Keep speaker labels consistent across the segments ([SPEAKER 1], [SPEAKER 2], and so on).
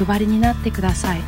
[SPEAKER 1] お配りになってください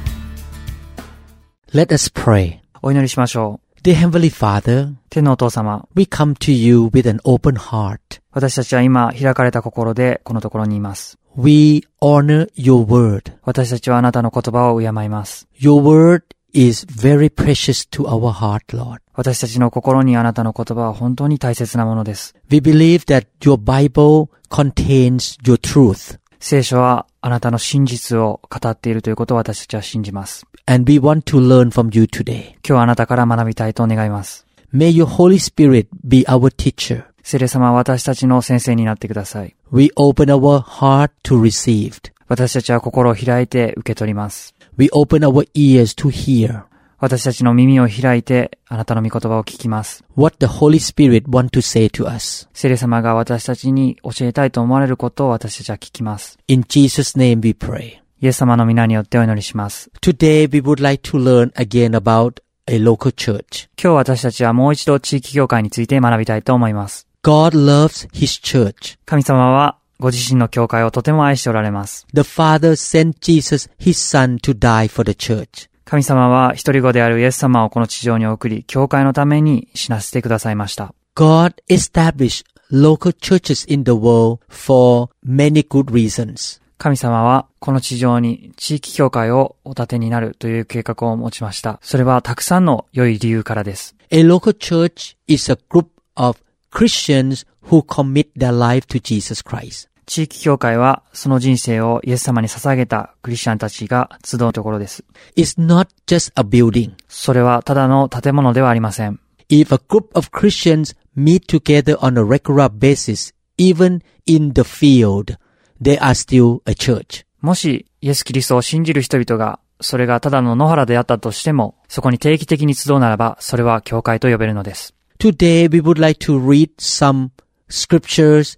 [SPEAKER 2] Let us pray.
[SPEAKER 3] お祈りしましょう。
[SPEAKER 2] Dear Heavenly Father,
[SPEAKER 3] 天のお父様、
[SPEAKER 2] we come to you with an open heart.
[SPEAKER 3] 私たちは今開かれた心でこのところにいます。
[SPEAKER 2] We honor your word.
[SPEAKER 3] 私たちはあなたの言葉を敬います。
[SPEAKER 2] Your word is very precious to our heart, Lord.
[SPEAKER 3] 私たちの心にあなたの言葉は本当に大切なものです。
[SPEAKER 2] We believe that your Bible contains your truth.
[SPEAKER 3] 聖書はあなたの真実を語っているということを私たちは信じます。
[SPEAKER 2] And we want to learn from you today.
[SPEAKER 3] 今日はあなたから学びたいと願います。
[SPEAKER 2] May your Holy Spirit be our teacher.
[SPEAKER 3] 聖霊様は私たちの先生になってください。
[SPEAKER 2] We open our heart to receive.
[SPEAKER 3] 私たちは心を開いて受け取ります。
[SPEAKER 2] We open our ears to hear
[SPEAKER 3] 私たちの耳を開いてあなたの御言葉を聞きます。
[SPEAKER 2] what the Holy Spirit want to say to us.
[SPEAKER 3] 聖霊様が私たちに教えたいと思われることを私たちは聞きます。
[SPEAKER 2] In Jesus' name we pray.
[SPEAKER 3] イエス様の皆によってお祈りします。
[SPEAKER 2] Today we would like to learn again about a local church.
[SPEAKER 3] 今日私たちはもう一度地域業界について学びたいと思います。
[SPEAKER 2] God loves His church.
[SPEAKER 3] 神様はご自身の教会をとても愛しておられます。
[SPEAKER 2] The Father sent Jesus, His Son, to die for the church.
[SPEAKER 3] 神様は一人子であるイエス様をこの地上に送り、教会のために死なせてくださいました。
[SPEAKER 2] God established local churches in the world for many good reasons.
[SPEAKER 3] 神様はこの地上に地域教会をお立てになるという計画を持ちました。それはたくさんの良い理由からです。
[SPEAKER 2] A local church is a group of Christians who commit their life to Jesus Christ.
[SPEAKER 3] 地域教会はその人生をイエス様に捧げたクリスチャンたちが集うところです。
[SPEAKER 2] It's not just a building.
[SPEAKER 3] それはただの建物ではありません。
[SPEAKER 2] If a group of Christians meet together on a regular basis, even in the field, they are still a church.
[SPEAKER 3] もしイエス・キリストを信じる人々がそれがただの野原であったとしても、そこに定期的に集うならば、それは教会と呼べるのです。
[SPEAKER 2] Today we would like to read some scriptures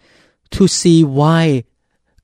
[SPEAKER 2] to see why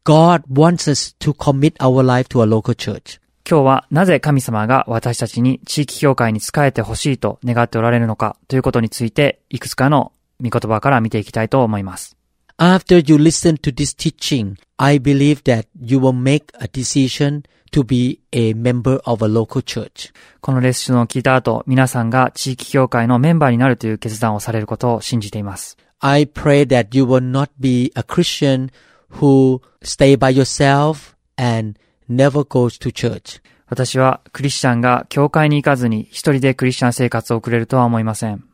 [SPEAKER 2] God wants us to commit our life to a local church.
[SPEAKER 3] 今日はなぜ神様が私たちに地域教会に仕えてほしいと願っておられるのかということについて、いくつかの御言葉から見ていきたいと思います。
[SPEAKER 2] After you listen to this teaching, I believe that you will make a decision to be a member of a local church.
[SPEAKER 3] このレッスンを聞いた後、皆さんが地域教会のメンバーになるという決断をされることを信じています。
[SPEAKER 2] I pray that you will not be a Christian who stay by yourself and never goes to church.
[SPEAKER 3] 私はクリスチャンが教会に行かずに一人でクリスチャン生活を送れるとは思いません。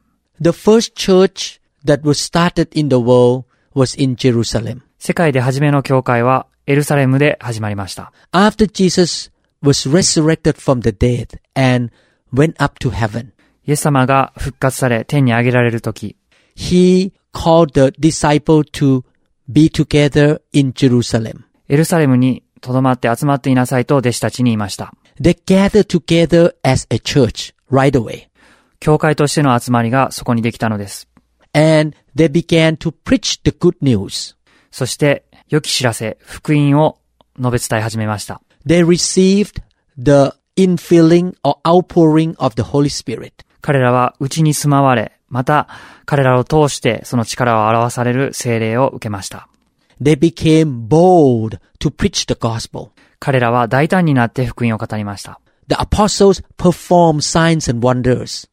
[SPEAKER 2] The first church that was started in the world was in Jerusalem.
[SPEAKER 3] 世界で初めの教会はエルサレムで始まりました。
[SPEAKER 2] After Jesus was resurrected from the dead and went up to heaven,
[SPEAKER 3] イエス様が復活され天に上げられる時、
[SPEAKER 2] he called the disciple to be together in Jerusalem.
[SPEAKER 3] エルサレムに留まって集まっていなさいと弟子たちに言いました。
[SPEAKER 2] They gathered together as a church right away
[SPEAKER 3] 教会としての集まりがそこにできたのです。
[SPEAKER 2] and they began to preach the good news.
[SPEAKER 3] そして、良き知らせ、福音を述べ伝え始めました。
[SPEAKER 2] they received the infilling or outpouring of the Holy Spirit.
[SPEAKER 3] 彼らは内に住まわれ、また彼らを通してその力を表される聖霊を受けました。
[SPEAKER 2] They became bold to preach the gospel.
[SPEAKER 3] 彼らは大胆になって福音を語りました。
[SPEAKER 2] The apostles performed signs and wonders.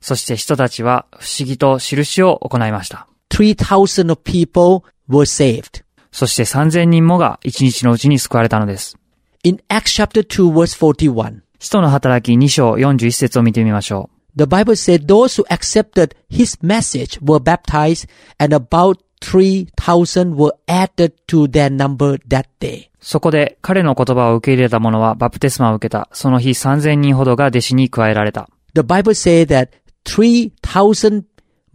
[SPEAKER 3] そして人たちは不思議と印を行いました。
[SPEAKER 2] 3,000 of people were saved.
[SPEAKER 3] そして3000人もが1日のうちに救われたのです。
[SPEAKER 2] In Acts chapter 2 verse 41,
[SPEAKER 3] 使徒の働き2章41節を見てみましょう。
[SPEAKER 2] the Bible said those who accepted his message were baptized and about 3,000 were added to their number that day.
[SPEAKER 3] そこで彼の言葉を受け入れた者はバプテスマを受けた。その日3000人ほどが弟子に加えられた。
[SPEAKER 2] The Bible says that 3,000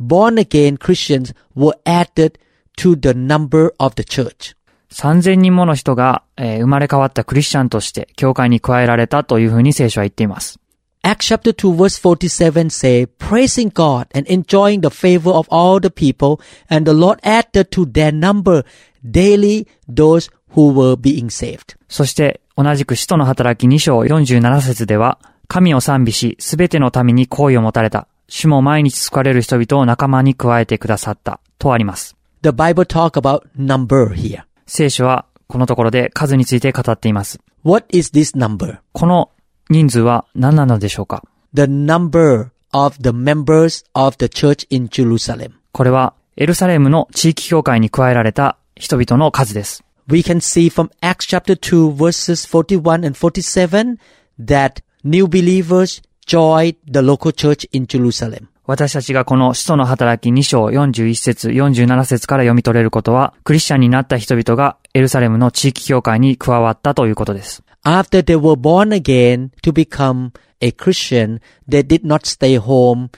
[SPEAKER 2] born again Christians were added to the number of the church.
[SPEAKER 3] 3000人もの人が、えー生まれ変わったクリスチャンとして教会に加えられたというふうに聖書は言っています。
[SPEAKER 2] Acts chapter 2 verse 47 say, praising God and enjoying the favor of all the people, and the Lord added to their number daily those who were being saved.
[SPEAKER 3] そして同じく使徒の働き2章47節では、神を賛美し、すべての民に好意を持たれた。主も毎日救われる人々を仲間に加えてくださった。とあります。
[SPEAKER 2] The Bible talk about number here.
[SPEAKER 3] 聖書はこのところで数について語っています。
[SPEAKER 2] What is this number?
[SPEAKER 3] この人数は何なのでしょうか
[SPEAKER 2] The number of the members of the church in Jerusalem.
[SPEAKER 3] これはエルサレムの地域教会に加えられた人々の数です。
[SPEAKER 2] we can see from Acts chapter 2 verses 41 and 47 that new believers joined the local church in Jerusalem.
[SPEAKER 3] 私たちがこの使徒の働き2章41節47節から読み取れることは、クリスチャンになった人々がエルサレムの地域教会に加わったということです。
[SPEAKER 2] After they were born again to become a Christian, they did not stay home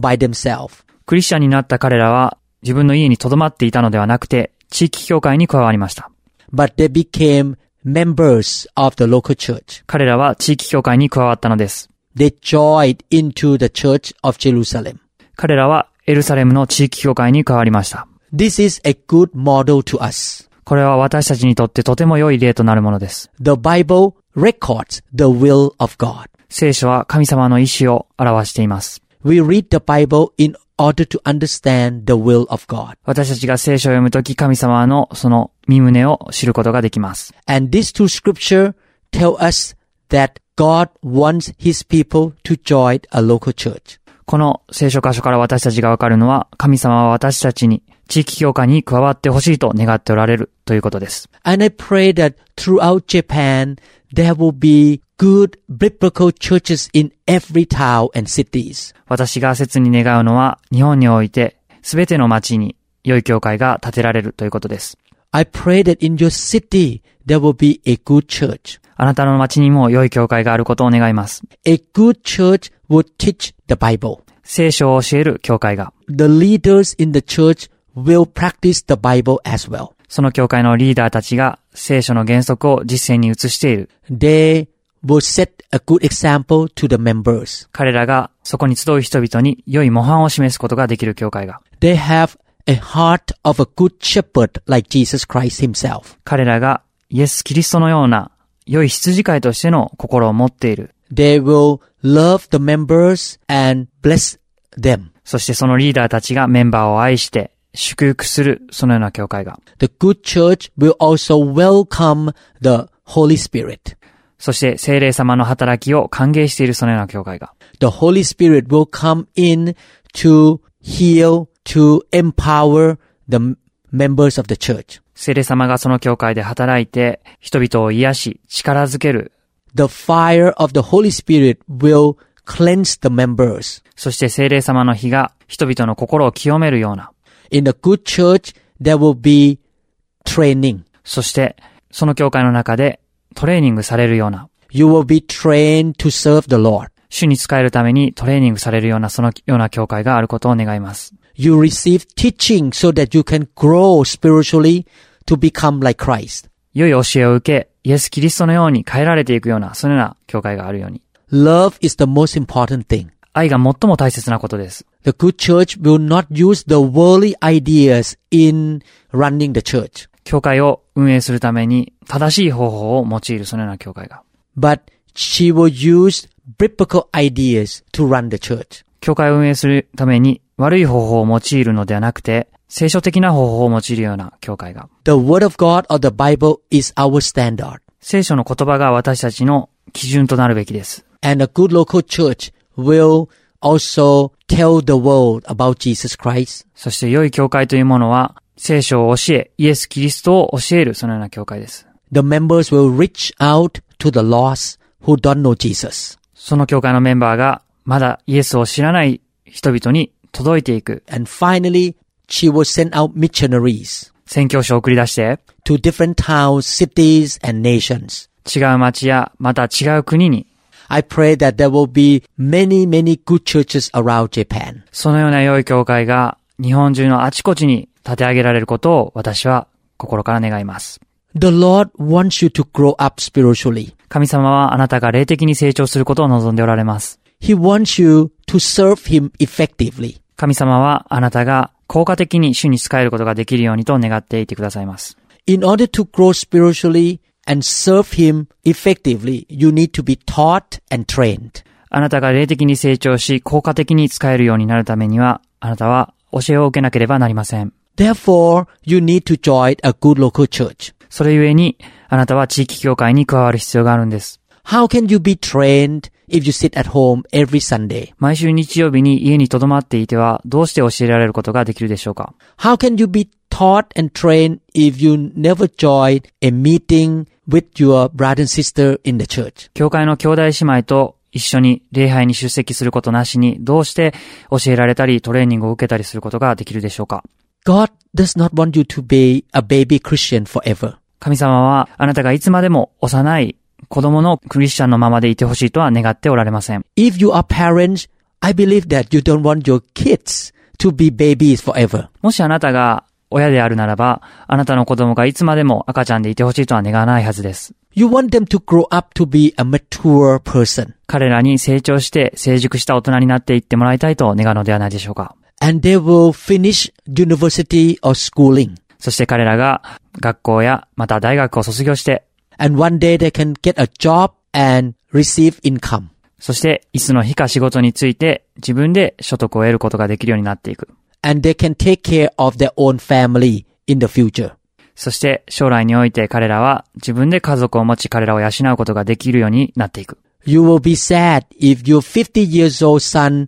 [SPEAKER 2] by themselves.
[SPEAKER 3] クリスチャンになった彼らは自分の家に留まっていたのではなくて、地域教会に加わりました。
[SPEAKER 2] But they became members of the local church.
[SPEAKER 3] 彼らは地域教会に加わったのです。
[SPEAKER 2] They joined into the church of Jerusalem.
[SPEAKER 3] 彼らはエルサレムの地域教会に加わりました。
[SPEAKER 2] This is a good model to us.
[SPEAKER 3] これは私たちにとってとても良い例となるものです。
[SPEAKER 2] The Bible records the will of God.
[SPEAKER 3] 聖書は神様の意志を表しています。
[SPEAKER 2] We read the Bible in order to understand the will of God.
[SPEAKER 3] 私たちが聖書を読むとき神様のその身旨を知ることができます。
[SPEAKER 2] And these two scripture tell us that God wants his people to join a local church.
[SPEAKER 3] この聖書箇所から私たちがわかるのは神様は私たちに地域教会に加わってほしいと願っておられるということです。
[SPEAKER 2] And I pray that throughout Japan, there will be good biblical churches in every town and cities.
[SPEAKER 3] 私が切に願うのは日本において全ての町に良い教会が建てられるということです。
[SPEAKER 2] I pray that in your city, there will be a good church.
[SPEAKER 3] あなたの町にも良い教会があることを願います。
[SPEAKER 2] A good church will teach the Bible.
[SPEAKER 3] 聖書を教える教会が、
[SPEAKER 2] The leaders in the church will practice the Bible as well.
[SPEAKER 3] その教会のリーダーたちが聖書の原則を実践に移している。
[SPEAKER 2] they will set a good example to the members.
[SPEAKER 3] 彼らがそこに集う人々に良い模範を示すことができる教会が、
[SPEAKER 2] They have a heart of a good shepherd like Jesus Christ himself.
[SPEAKER 3] 彼らがイエス・キリストのような良い羊飼いとしての心を持っている。
[SPEAKER 2] They will love the members and bless them.
[SPEAKER 3] そしてそのリーダーたちがメンバーを愛して祝福する、そのような教会が。
[SPEAKER 2] The good church will also welcome the Holy Spirit.
[SPEAKER 3] そして聖霊様の働きを歓迎しているそのような教会が。
[SPEAKER 2] The Holy Spirit will come in to heal, to empower the m- members of the church.
[SPEAKER 3] 聖霊様がその教会で働いて人々を癒し力づける。
[SPEAKER 2] The fire of the Holy Spirit will cleanse the members.
[SPEAKER 3] そして聖霊様の火が人々の心を清めるような。
[SPEAKER 2] In a good church, there will be training.
[SPEAKER 3] そしてその教会の中でトレーニングされるような。
[SPEAKER 2] You will be trained to serve the Lord.
[SPEAKER 3] 主に仕えるためにトレーニングされるようなそのような教会があることを願います。
[SPEAKER 2] You receive teaching so that you can grow spiritually to become like Christ.
[SPEAKER 3] 良い教えを受け、イエス・キリストのように変えられていくような、そのような教会があるように。
[SPEAKER 2] Love is the most important thing.
[SPEAKER 3] 愛が最も大切なことです。
[SPEAKER 2] The good church will not use the worldly ideas in running the church,
[SPEAKER 3] 教会を運営するために正しい方法を用いるそのような教会が。
[SPEAKER 2] but she will use biblical ideas to run the church.
[SPEAKER 3] 教会を運営するために悪い方法を用いるのではなくて、聖書的な方法を用いるような教会が。
[SPEAKER 2] The Word of God or the Bible is our standard.
[SPEAKER 3] 聖書の言葉が私たちの基準となるべきです。
[SPEAKER 2] And a good local church will also tell the world about Jesus Christ.
[SPEAKER 3] そして良い教会というものは、聖書を教え、イエス・キリストを教えるそのような教会です。
[SPEAKER 2] The members will reach out to the lost who don't know Jesus.
[SPEAKER 3] その教会のメンバーがまだイエスを知らない人々に届いていく
[SPEAKER 2] And finally, she will send out missionaries
[SPEAKER 3] 宣教師を送り出して、
[SPEAKER 2] to different towns, cities, and nations.
[SPEAKER 3] 違う町やまた違う国に、
[SPEAKER 2] I pray that there will be many, many good churches around Japan.
[SPEAKER 3] そのような良い教会が日本中のあちこちに立て上げられることを私は心から願います。
[SPEAKER 2] The Lord wants you to grow up spiritually.
[SPEAKER 3] 神様はあなたが霊的に成長することを望んでおられます。
[SPEAKER 2] He wants you to serve Him effectively.
[SPEAKER 3] 神様はあなたが効果的に主に仕えることができるようにと願っていてくださいます。
[SPEAKER 2] In order to grow spiritually and serve Him effectively, you need to be taught and trained.
[SPEAKER 3] あなたが霊的に成長し効果的に使えるようになるためには、あなたは教えを受けなければなりません。
[SPEAKER 2] Therefore, you need to join a good local church.
[SPEAKER 3] それゆえに、あなたは地域協会に加わる必要があるんです。
[SPEAKER 2] How can you be trained if you sit at home every Sunday?
[SPEAKER 3] 毎週日曜日に家に留まっていては、どうして教えられることができるでしょうか
[SPEAKER 2] How can you be taught and trained if you never join a meeting with your brother and sister in the church?
[SPEAKER 3] 教会の兄弟姉妹と一緒に礼拝に出席することなしに、どうして教えられたりトレーニングを受けたりすることができるでしょうか
[SPEAKER 2] God does not want you to be a baby Christian forever.
[SPEAKER 3] 神様は、あなたがいつまでも幼い子供のクリスチャンのままでいてほしいとは願っておられません。
[SPEAKER 2] If you are parents, I believe that you don't want your kids to be babies forever.
[SPEAKER 3] もしあなたが親であるならば、あなたの子供がいつまでも赤ちゃんでいてほしいとは願わないはずです。
[SPEAKER 2] You want them to grow up to be a mature person
[SPEAKER 3] 彼らに成長して成熟した大人になっていってもらいたいと願うのではないでしょうか。
[SPEAKER 2] and they will finish university or schooling
[SPEAKER 3] そして彼らが学校やまた大学を卒業して、
[SPEAKER 2] and one day they can get a job and receive income.
[SPEAKER 3] そしていつの日か仕事について自分で所得を得ることができるようになっていく。
[SPEAKER 2] and they can take care of their own family in the future.
[SPEAKER 3] そして将来において彼らは自分で家族を持ち彼らを養うことができるようになっていく。
[SPEAKER 2] You will be sad if your 50 years old son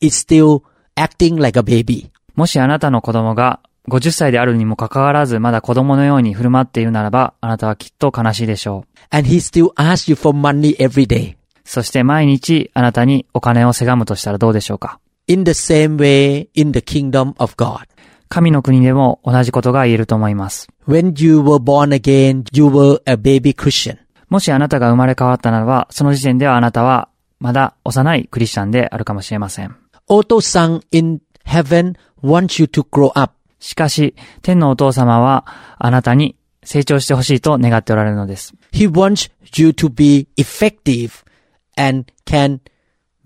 [SPEAKER 2] is still acting like a baby.
[SPEAKER 3] もしあなたの子供が50歳であるにもかかわらずまだ子供のように振る舞っているならばあなたはきっと悲しいでしょう。
[SPEAKER 2] And he still asks you for money every day.
[SPEAKER 3] そして毎日あなたにお金をせがむとしたらどうでしょうか
[SPEAKER 2] In the same way, in the kingdom of God.
[SPEAKER 3] 神の国でも同じことが言えると思います。
[SPEAKER 2] When you were born again, you were a baby Christian.
[SPEAKER 3] もしあなたが生まれ変わったならば、その時点ではあなたはまだ幼いクリスチャンであるかもしれません。
[SPEAKER 2] Oto-san in heaven wants you to grow up.
[SPEAKER 3] しかし、天のお父様はあなたに成長してほしいと願っておられるのです。
[SPEAKER 2] He wants you to be effective and can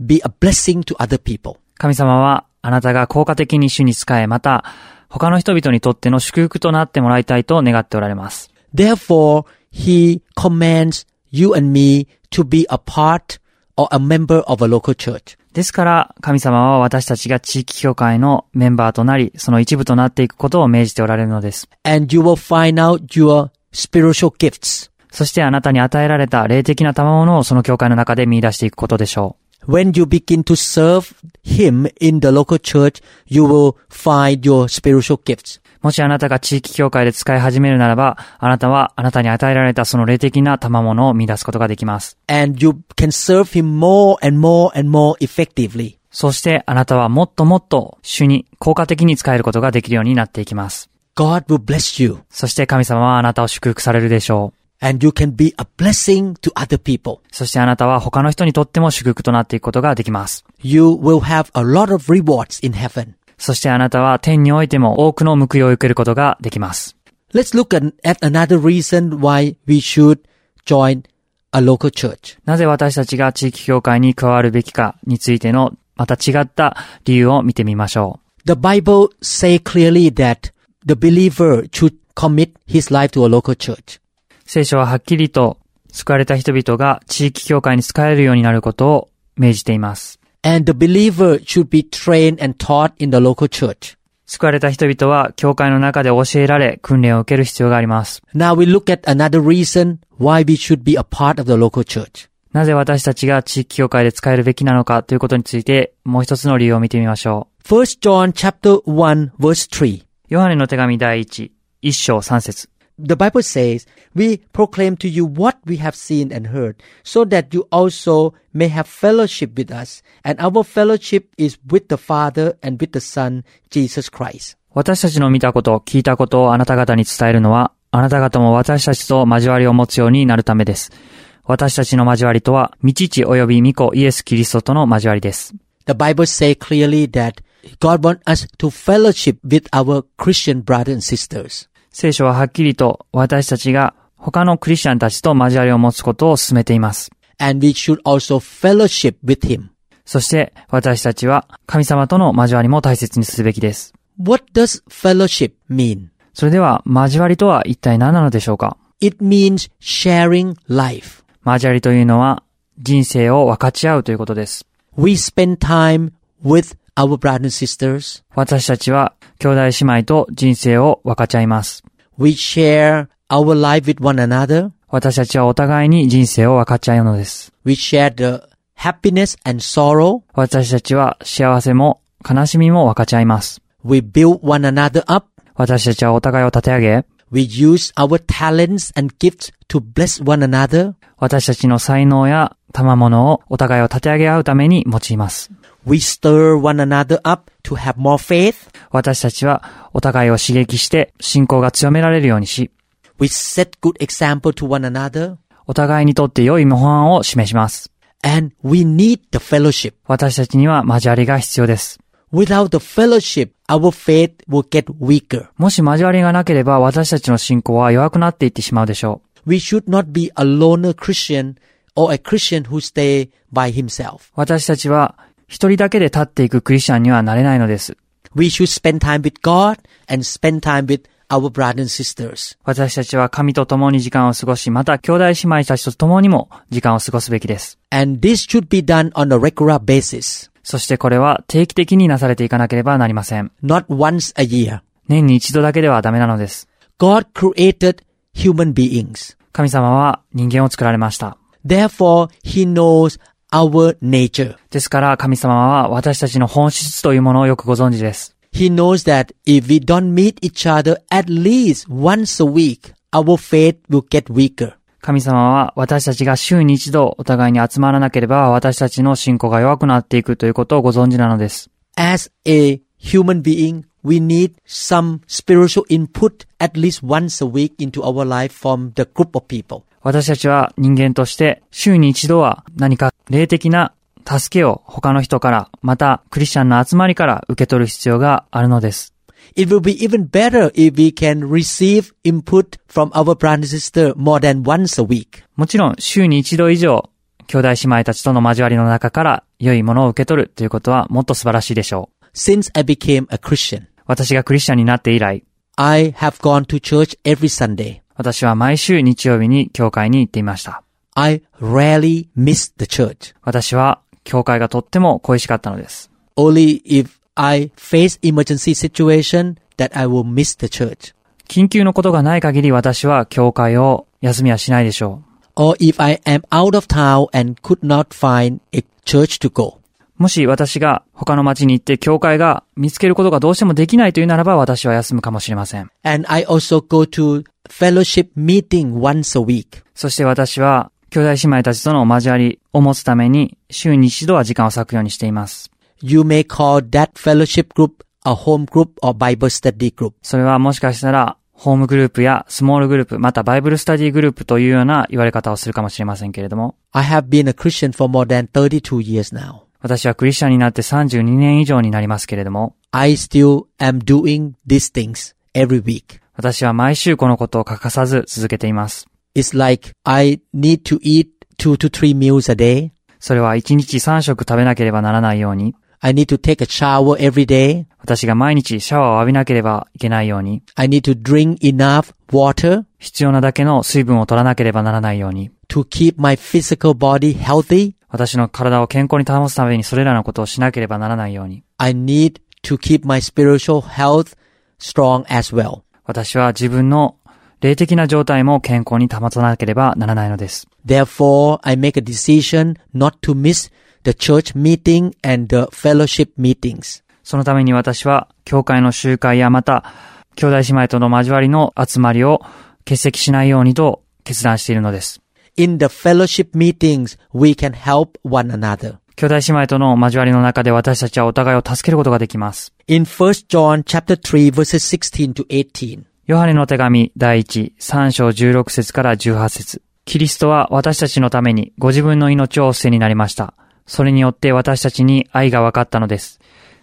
[SPEAKER 2] be a blessing to other people.
[SPEAKER 3] 神様はあなたが効果的に主に仕え、また他の人々にとっての祝福となってもらいたいと願っておられます。
[SPEAKER 2] Therefore, he commands you and me to be a part or a member of a local church.
[SPEAKER 3] ですから、神様は私たちが地域協会のメンバーとなり、その一部となっていくことを命じておられるのです。
[SPEAKER 2] And you will find out your spiritual gifts.
[SPEAKER 3] そしてあなたに与えられた霊的な賜物をその教会の中で見出していくことでしょう。
[SPEAKER 2] When you begin to serve him in the local church, you will find your spiritual gifts.
[SPEAKER 3] もしあなたが地域協会で使い始めるならば、あなたはあなたに与えられたその霊的な賜物を見出すことができます。
[SPEAKER 2] And you can serve him more and more and more effectively.
[SPEAKER 3] そしてあなたはもっともっと主に効果的に使えることができるようになっていきます。
[SPEAKER 2] God will bless you
[SPEAKER 3] そして神様はあなたを祝福されるでしょう。
[SPEAKER 2] and you can be a blessing to other people.
[SPEAKER 3] そしてあなたは他の人にとっても祝福となっていくことができます。
[SPEAKER 2] You will have a lot of rewards in heaven.
[SPEAKER 3] そしてあなたは天においても多くの報いを受けることができます。
[SPEAKER 2] Let's look at, at another reason why we should join a local church.
[SPEAKER 3] なぜ私たちが地域協会に加わるべきかについてのまた違った理由を見てみましょう。
[SPEAKER 2] The Bible say clearly that the believer should commit his life to a local church.
[SPEAKER 3] 聖書ははっきりと救われた人々が地域教会に仕えるようになることを命じています。
[SPEAKER 2] And the believer should be trained and taught in the local church.
[SPEAKER 3] 救われた人々は教会の中で教えられ訓練を受ける必要があります。
[SPEAKER 2] Now we look at another reason why we should be a part of the local church.
[SPEAKER 3] なぜ私たちが地域教会で使えるべきなのかということについてもう一つの理由を見てみましょう。
[SPEAKER 2] First John chapter 1 verse 3.
[SPEAKER 3] ヨハネの手紙第一、一章三節。
[SPEAKER 2] The Bible says, We proclaim to you what we have seen and heard, so that you also may have fellowship with us. And our fellowship is with the Father and with the Son, Jesus Christ.
[SPEAKER 3] 私たちの見たこと、聞いたことをあなた方に伝えるのは、あなた方も私たちと交わりを持つようになるためです。私たちの交わりとは、未父及び御子イエス・キリストとの交わりです。
[SPEAKER 2] The Bible says clearly that God wants us to fellowship with our Christian brothers and sisters.
[SPEAKER 3] 聖書ははっきりと私たちが他のクリスチャンたちと交わりを持つことを進めています。
[SPEAKER 2] and we should also fellowship with him.
[SPEAKER 3] そして私たちは神様との交わりも大切にすべきです。
[SPEAKER 2] What does fellowship mean?
[SPEAKER 3] それでは交わりとは一体何なのでしょうか
[SPEAKER 2] It means sharing life.
[SPEAKER 3] 交わりというのは人生を分かち合うということです。
[SPEAKER 2] We spend time with our brothers and sisters.
[SPEAKER 3] 私たちは兄弟姉妹と人生を分かち合います。
[SPEAKER 2] We share our life with one another.
[SPEAKER 3] 私たちはお互いに人生を分かち合うのです。
[SPEAKER 2] We share the happiness and sorrow.
[SPEAKER 3] 私たちは幸せも悲しみも分かち合います。
[SPEAKER 2] We build one another up.
[SPEAKER 3] 私たちはお互いを立て上げ、
[SPEAKER 2] We use our talents and gifts to bless one another.
[SPEAKER 3] 私たちの才能や賜物をお互いを立て上げ合うために用います。
[SPEAKER 2] We stir one another up to have more faith.
[SPEAKER 3] 私たちはお互いを刺激して信仰が強められるようにし、
[SPEAKER 2] We set good example to one another.
[SPEAKER 3] お互いにとって良い模範を示します。
[SPEAKER 2] And we need the fellowship.
[SPEAKER 3] 私たちには交わりが必要です。
[SPEAKER 2] Without the fellowship, our faith will get weaker.
[SPEAKER 3] もし交わりがなければ私たちの信仰は弱くなっていってしまうでしょう。
[SPEAKER 2] We should not be a loner Christian or a Christian who stay by himself.
[SPEAKER 3] 私たちは一人だけで立っていくクリスチャンにはなれないのです。
[SPEAKER 2] We should spend time with God and spend time with our brothers and sisters.
[SPEAKER 3] 私たちは神と共に時間を過ごし、また兄弟姉妹たちと共にも時間を過ごすべきです。
[SPEAKER 2] And this should be done on a regular basis,
[SPEAKER 3] そしてこれは定期的になされていかなければなりません。
[SPEAKER 2] not once a year.
[SPEAKER 3] 年に一度だけではダメなのです。
[SPEAKER 2] God created human beings.
[SPEAKER 3] 神様は人間を作られました。
[SPEAKER 2] Therefore, He knows our nature.
[SPEAKER 3] ですから神様は私たちの本質というものをよくご存知です。
[SPEAKER 2] He knows that if we don't meet each other at least once a week, our faith will get weaker.
[SPEAKER 3] 神様は私たちが週に一度お互いに集まらなければ私たちの信仰が弱くなっていくということをご存知なのです。
[SPEAKER 2] As a human being, we need some spiritual input at least once a week into our life from the group of people.
[SPEAKER 3] 私たちは人間として週に一度は何か霊的な助けを他の人からまたクリスチャンの集まりから受け取る必要があるのです。
[SPEAKER 2] It will be even better if we can receive input from our brother and sister more than once a week.
[SPEAKER 3] もちろん週に一度以上兄弟姉妹たちとの交わりの中から良いものを受け取るということはもっと素晴らしいでしょう。
[SPEAKER 2] Since I became a Christian,
[SPEAKER 3] 私がクリスチャンになって以来、
[SPEAKER 2] I have gone to church every Sunday.
[SPEAKER 3] 私は毎週日曜日に教会に行っていました。
[SPEAKER 2] I rarely miss the church.
[SPEAKER 3] 私は教会がとっても恋しかったのです。
[SPEAKER 2] Only if I face emergency situation that I will miss the church.
[SPEAKER 3] 緊急のことがない限り私は教会を休みはしないでしょ
[SPEAKER 2] Or if I am out of town and could not find a church to go.
[SPEAKER 3] う。もし私が他の町に行って教会が見つけることがどうしてもできないというならば私は休むかもしれません。
[SPEAKER 2] And I also go to fellowship meeting once a week.
[SPEAKER 3] そして私は兄弟姉妹たちとの交わりを持つために週に一度は時間を割くようにしています。
[SPEAKER 2] You may call that fellowship group a home group or Bible study group.
[SPEAKER 3] それはもしかしたらホームグループやスモールグループ、またバイブルスタディグループというような言われ方をするかもしれませんけれども、
[SPEAKER 2] I have been a Christian for more than 32 years now.
[SPEAKER 3] 私はクリスチャンになって32年以上になりますけれども、
[SPEAKER 2] I still am doing these things every week.
[SPEAKER 3] 私は毎週このことを欠かさず続けています。
[SPEAKER 2] It's like I need to eat two to three meals a day.
[SPEAKER 3] それは1日3食食べなければならないように、
[SPEAKER 2] I need to take a shower every day.
[SPEAKER 3] 私が毎日シャワーを浴びなければいけないように、
[SPEAKER 2] I need to drink enough water
[SPEAKER 3] 必要なだけの水分を取らなければならないように、
[SPEAKER 2] to keep my physical body healthy.
[SPEAKER 3] 私の体を健康に保つためにそれらのことをしなければならないように、
[SPEAKER 2] I need to keep my spiritual health strong as well.
[SPEAKER 3] 私は自分の霊的な状態も健康に保たなければならないのです。
[SPEAKER 2] Therefore, I make a decision not to miss the church meeting and the fellowship meetings.
[SPEAKER 3] そのために私は、教会の集会やまた、兄弟姉妹との交わりの集まりを欠席しないようにと決断しているのです。
[SPEAKER 2] In the fellowship meetings, we can help one another.
[SPEAKER 3] 兄弟姉妹との交わりの中で私たちはお互いを助けることができます。
[SPEAKER 2] In 1 John chapter 3 verses 16 to 18,
[SPEAKER 3] ヨハネの手紙第1、3章16節から18節キリストは私たちのためにご自分の命をお捨てになりました。それによって私たちに愛が分かったのです。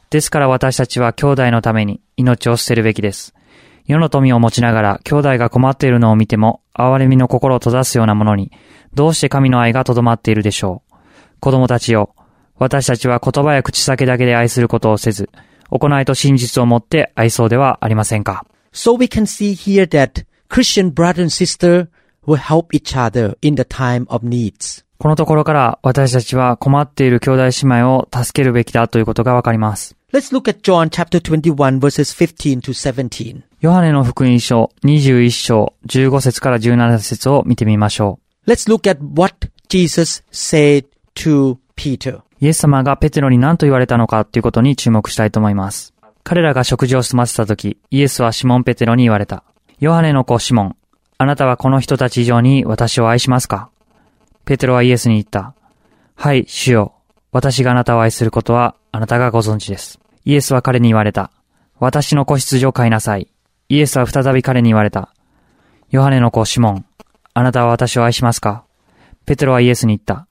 [SPEAKER 3] ですから私たちは兄弟のために命を捨てるべきです。世の富を持ちながら兄弟が困っているのを見ても、憐れみの心を閉ざすようなものに、どうして神の愛がとどまっているでしょう。子供たちよ、私たちは言葉や口先だけで愛することをせず、行いと真実をもって愛そうではありませんか。
[SPEAKER 2] So we can see here that Christian brother and sister will help each other in the time of needs.
[SPEAKER 3] このところから私たちは困っている兄弟姉妹を助けるべきだということがわかります。
[SPEAKER 2] Let's look at John chapter 21 verses 15 to 17.
[SPEAKER 3] ヨハネの福音書21章15節から17節を見てみましょ
[SPEAKER 2] Let's look at what Jesus said to Peter.
[SPEAKER 3] う。イエス様がペテロに何と言われたのかということに注目したいと思います。彼らが食事を済ませた時、イエスはシモンペテロに言われた。ヨハネの子シモン、あなたはこの人たち以上に私を愛しますかペテロはイエスに言った。はい、主よ。私があなたを愛することはあなたがご存知です。イエスは彼に言われた。私の子羊を飼いなさい。イエスは再び彼に言われた。ヨハネの子シモン、あなたは私を愛しますかペテロはイエスに言った。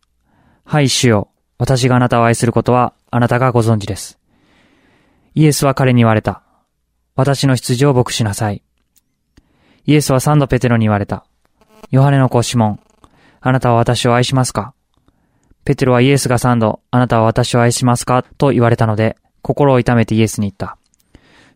[SPEAKER 3] はい、主よ。私があなたを愛することはあなたがご存知です。イエスは彼に言われた。私の羊を牧しなさい。イエスは三度ペテロに言われた。ヨハネの子シモン、あなたは私を愛しますかペテロはイエスが三度、あなたは私を愛しますかと言われたので、心を痛めてイエスに言った。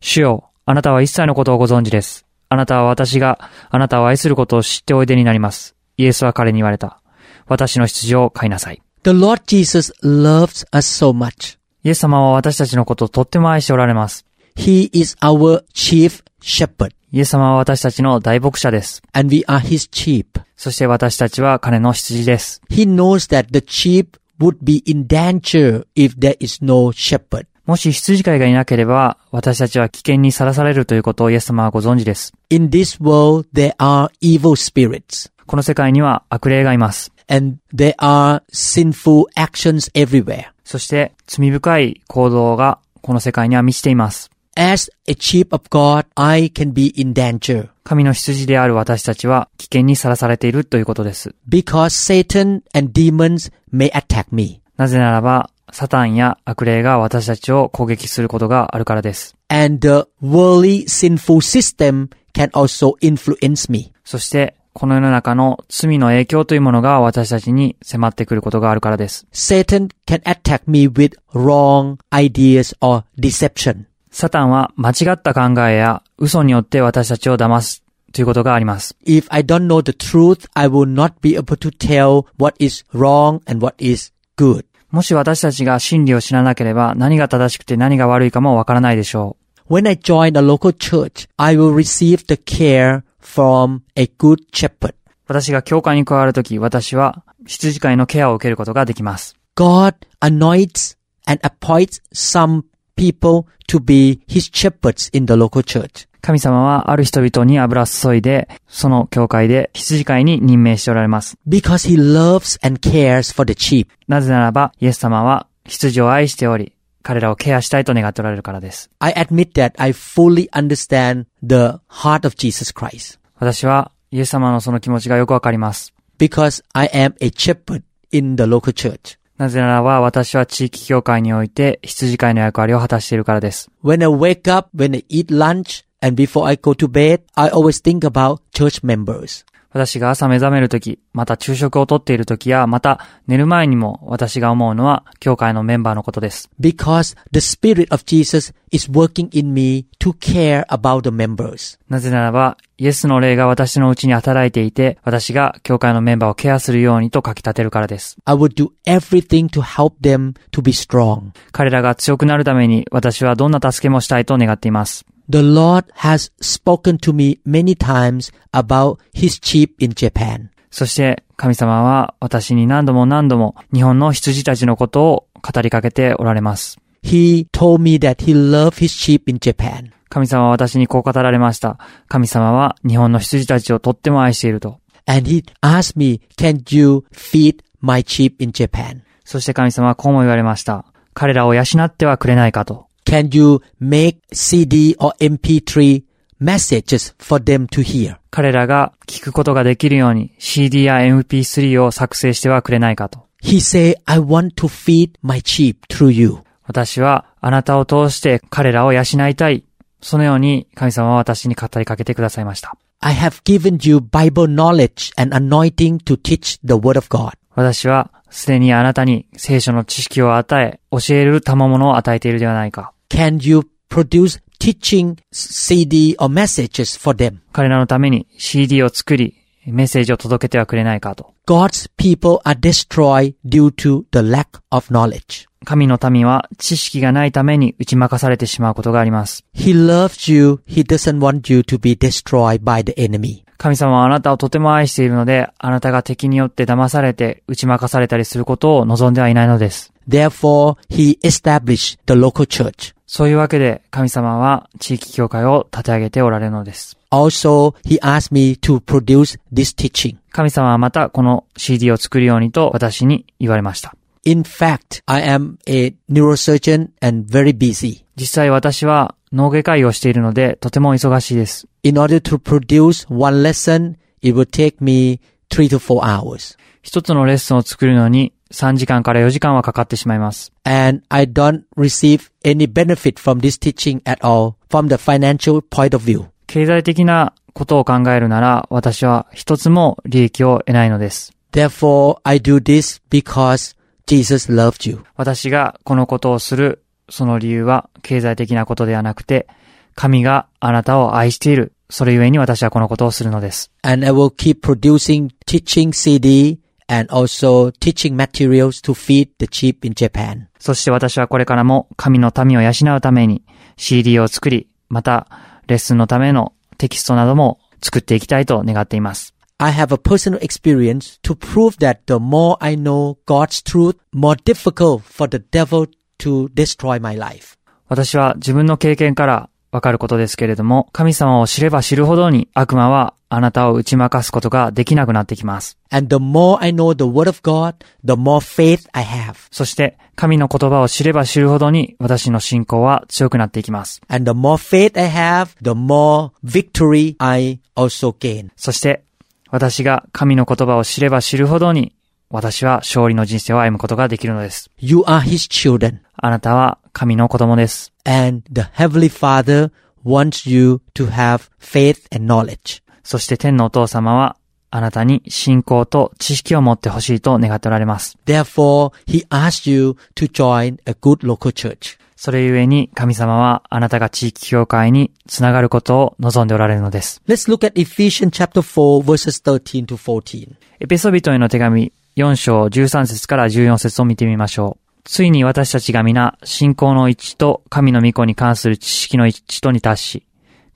[SPEAKER 3] 主よ、あなたは一切のことをご存知です。あなたは私が、あなたを愛することを知っておいでになります。イエスは彼に言われた。私の羊を飼いなさい。
[SPEAKER 2] The Lord Jesus loves us so much.
[SPEAKER 3] イエス様は私たちのことをとっても愛しておられます。
[SPEAKER 2] He is our chief shepherd
[SPEAKER 3] イエス様は私たちの大牧者です。
[SPEAKER 2] and we are his sheep.
[SPEAKER 3] そして私たちは彼の羊です。
[SPEAKER 2] He knows that the sheep would be in danger if there is no shepherd.
[SPEAKER 3] もし羊飼いがいなければ、私たちは危険にさらされるということをイエス様はご存知です。
[SPEAKER 2] In this world, there are evil spirits
[SPEAKER 3] この世界には悪霊がいます。
[SPEAKER 2] and there are sinful actions everywhere.
[SPEAKER 3] そして罪深い行動がこの世界には満ちています。
[SPEAKER 2] As a sheep of God, I can be in danger
[SPEAKER 3] 神の羊である私たちは危険にさらされているということです。
[SPEAKER 2] because Satan and demons may attack me.
[SPEAKER 3] なぜならば、サタンや悪霊が私たちを攻撃することがあるからです。
[SPEAKER 2] And the worldly sinful system can also influence me.
[SPEAKER 3] そして、この世の中の罪の影響というものが私たちに迫ってくることがあるからです。
[SPEAKER 2] Satan can attack me with wrong ideas or deception.
[SPEAKER 3] サタンは間違った考えや嘘によって私たちを騙すということがあります。
[SPEAKER 2] If I don't know the truth, I will not be able to tell what is wrong and what is good.
[SPEAKER 3] もし私たちが真理を知らなければ何が正しくて何が悪いかもわからないでしょう。
[SPEAKER 2] When I join a local church, I will receive the care from a good shepherd.
[SPEAKER 3] 私が教会に加わるとき、私は羊飼いのケアを受けることができます。
[SPEAKER 2] God anoints and appoints some people to be his shepherds in the local church.
[SPEAKER 3] 神様はある人々に油を注いで、その教会で羊飼いに任命しておられます。
[SPEAKER 2] Because he loves and cares for the sheep.
[SPEAKER 3] なぜならば、イエス様は羊を愛しており、彼らをケアしたいと願っておられるからです。
[SPEAKER 2] I admit that I fully understand the heart of Jesus Christ
[SPEAKER 3] 私は、イエス様のその気持ちがよくわかります。
[SPEAKER 2] because I am a shepherd in the local church.
[SPEAKER 3] なぜならば、私は地域教会において羊飼いの役割を果たしているからです。
[SPEAKER 2] When I wake up, when I eat lunch, and before I go to bed, I always think about church members.
[SPEAKER 3] 私が朝目覚めるとき、また昼食をとっているときや、また寝る前にも私が思うのは、教会のメンバーのことです。
[SPEAKER 2] Because the Spirit of Jesus is working in me to care about the members.
[SPEAKER 3] なぜならば、イエスの霊が私のうちに働いていて、私が教会のメンバーをケアするようにと書き立てるからです。
[SPEAKER 2] I would do everything to help them to be strong.
[SPEAKER 3] 彼らが強くなるために、私はどんな助けもしたいと願っています。
[SPEAKER 2] The Lord has spoken to me many times about His sheep in Japan.
[SPEAKER 3] そして、神様は私に何度も何度も日本の羊たちのことを語りかけておられます。
[SPEAKER 2] He told me that He loved His sheep in Japan.
[SPEAKER 3] 神様は私にこう語られました。神様は日本の羊たちをとっても愛していると。
[SPEAKER 2] And He asked me, can you feed my sheep in Japan?
[SPEAKER 3] そして神様はこうも言われました。彼らを養ってはくれないかと。
[SPEAKER 2] Can you make CD or MP3 messages for them to hear?
[SPEAKER 3] 彼らが聞くことができるように CD や MP3 を作成してはくれないかと。
[SPEAKER 2] He said, I want to feed my sheep through you.
[SPEAKER 3] 私はあなたを通して彼らを養いたい。そのように神様は私に語りかけてくださいました。
[SPEAKER 2] I have given you Bible knowledge and anointing to teach the Word of God.
[SPEAKER 3] 私はすでにあなたに聖書の知識を与え、教える賜物を与えているではないか。
[SPEAKER 2] Can you produce teaching CD or messages for them?
[SPEAKER 3] 彼らのために CD を作り、メッセージを届けてはくれないかと。
[SPEAKER 2] God's people are destroyed due to the lack of knowledge.
[SPEAKER 3] 神の民は知識がないために打ち負かされてしまうことがあります。
[SPEAKER 2] He loves you. He doesn't want you to be destroyed by the enemy.
[SPEAKER 3] 神様はあなたをとても愛しているので、あなたが敵によって騙されて打ち負かされたりすることを望んではいないのです。
[SPEAKER 2] Therefore, he established the local church.
[SPEAKER 3] そういうわけで神様は地域教会を立て上げておられるのです。
[SPEAKER 2] Also, he asked me to produce this teaching.
[SPEAKER 3] 神様はまたこの CD を作るようにと私に言われました。
[SPEAKER 2] In fact, I am a neurosurgeon and very busy.
[SPEAKER 3] 実際私は脳外科医をしているのでとても忙しいです。
[SPEAKER 2] In order to produce one lesson, it will take me three to four hours.
[SPEAKER 3] 一つのレッスンを作るのに3時間から4時間はかかってしまいます。
[SPEAKER 2] And I don't receive any benefit from this teaching at all from the financial point of view.
[SPEAKER 3] 経済的なことを考えるなら私は一つも利益を得ないのです。
[SPEAKER 2] Therefore, I do this because Jesus loved you.
[SPEAKER 3] 私がこのことをするその理由は経済的なことではなくて神があなたを愛している。それゆえに私はこのことをするのです。
[SPEAKER 2] And I will keep producing teaching CD and also teaching materials to feed the sheep in Japan.
[SPEAKER 3] そして私はこれからも神の民を養うために CD を作り、またレッスンのためのテキストなども作っていきたいと願っています。
[SPEAKER 2] I have a personal experience to prove that the more I know God's truth, more difficult for the devil to destroy my life.
[SPEAKER 3] 私は自分の経験からわかることですけれども、神様を知れば知るほどに悪魔はあなたを打ち負かすことができなくなってきます。
[SPEAKER 2] And the more I know the word of God, the more faith I have.
[SPEAKER 3] そして神の言葉を知れば知るほどに私の信仰は強くなっていきます。
[SPEAKER 2] And the more faith I have, the more victory I also gain.
[SPEAKER 3] そして私が神の言葉を知れば知るほどに私は勝利の人生を歩むことができるのです。
[SPEAKER 2] You are his children.
[SPEAKER 3] あなたは神の子供です。
[SPEAKER 2] And the Heavenly Father wants you to have faith and knowledge.
[SPEAKER 3] そして天のお父様は、あなたに信仰と知識を持ってほしいと願っておられます。
[SPEAKER 2] Therefore, he asks you to join a good local church.
[SPEAKER 3] それゆえに神様はあなたが地域教会につながることを望んでおられるのです。
[SPEAKER 2] Let's look at Ephesians chapter 4 verses 13 to 14.
[SPEAKER 3] エペソビトへの手紙4章13節から14節を見てみましょう。ついに私たちが皆信仰の一致と神の御子に関する知識の一致とに達し、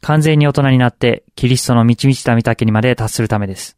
[SPEAKER 3] 完全に大人になってキリストの満ち満ちた御岳にまで達するためです。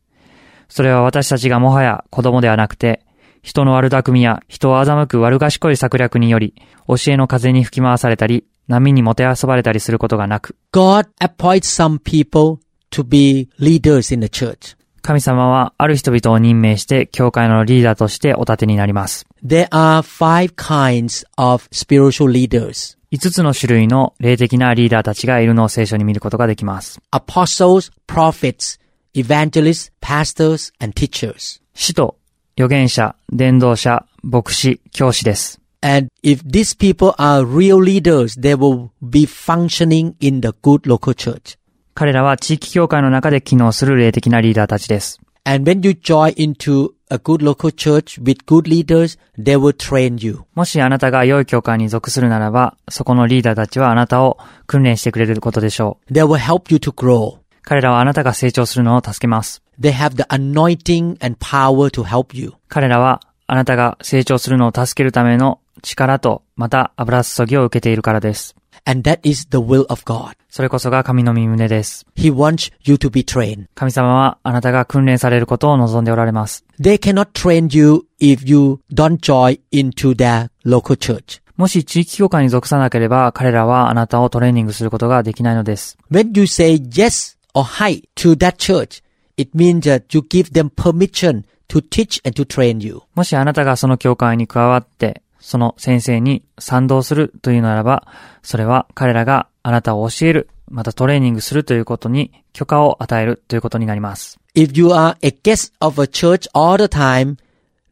[SPEAKER 3] それは私たちがもはや子供ではなくて、人の悪巧みや人を欺く悪賢い策略により、教えの風に吹き回されたり、波にもてあそばれたりすることがなく、
[SPEAKER 2] God appoints some people to be leaders in the church.
[SPEAKER 3] 神様はある人々を任命して教会のリーダーとしてお立てになります。
[SPEAKER 2] There are five kinds of spiritual leaders.
[SPEAKER 3] 5つの種類の霊的なリーダーたちがいるのを聖書に見ることができます。
[SPEAKER 2] Apostles, prophets, evangelists, pastors, and teachers.
[SPEAKER 3] 使徒、預言者、伝道者、牧師、教師です。
[SPEAKER 2] And if these people are real leaders, they will be functioning in the good local church.
[SPEAKER 3] 彼らは地域教会の中で機能する霊的なリーダーたちです。
[SPEAKER 2] And when you join into a good local church with good leaders, they will train you.
[SPEAKER 3] もしあなたが良い教会に属するならば、そこのリーダーたちはあなたを訓練してくれることでしょう。
[SPEAKER 2] They will help you to grow.
[SPEAKER 3] 彼らはあなたが成長するのを助けます。
[SPEAKER 2] They have the anointing and power to help you.
[SPEAKER 3] 彼らはあなたが成長するのを助けるための力と、また油注ぎを受けているからです。
[SPEAKER 2] And that is the will of God.
[SPEAKER 3] それこそが神の御胸です。
[SPEAKER 2] He wants you to be trained.
[SPEAKER 3] 神様はあなたが訓練されることを望んでおられます。
[SPEAKER 2] They cannot train you if you don't join into their local church.
[SPEAKER 3] もし地域教会に属さなければ、彼らはあなたをトレーニングすることができないのです。
[SPEAKER 2] When you say yes or hi to that church, it means that you give them permission to teach and to train you.
[SPEAKER 3] もしあなたがその教会に加わって、その先生に賛同するというならば、それは彼らがあなたを教える、またトレーニングするということに許可を与えるということになります。
[SPEAKER 2] If you are a guest of a church all the time,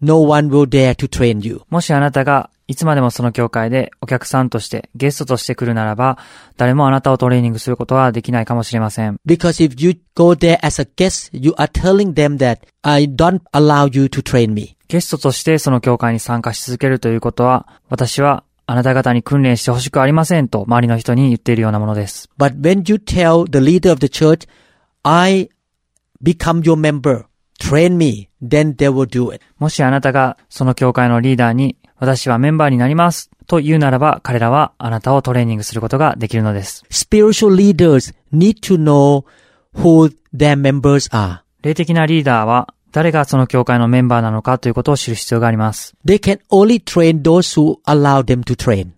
[SPEAKER 2] no one will dare to train you.
[SPEAKER 3] もしあなたがいつまでもその教会でお客さんとして、ゲストとして来るならば、誰もあなたをトレーニングすることはできないかもしれません。
[SPEAKER 2] Because if you go there as a guest, you are telling them that I don't allow you to train me.
[SPEAKER 3] ゲストとしてその教会に参加し続けるということは、私はあなた方に訓練してほしくありませんと周りの人に言っているようなものです。
[SPEAKER 2] But when you tell the leader of the church, I become your member, train me, then they will do it.
[SPEAKER 3] もしあなたがその教会のリーダーに、私はメンバーになりますと言うならば、彼らはあなたをトレーニングすることができるのです。
[SPEAKER 2] Spiritual leaders need to know who their members are.
[SPEAKER 3] 霊的なリーダーは、誰がその教会のメンバーなのかということを知る必要があります。
[SPEAKER 2] They can only train those who allow them to train.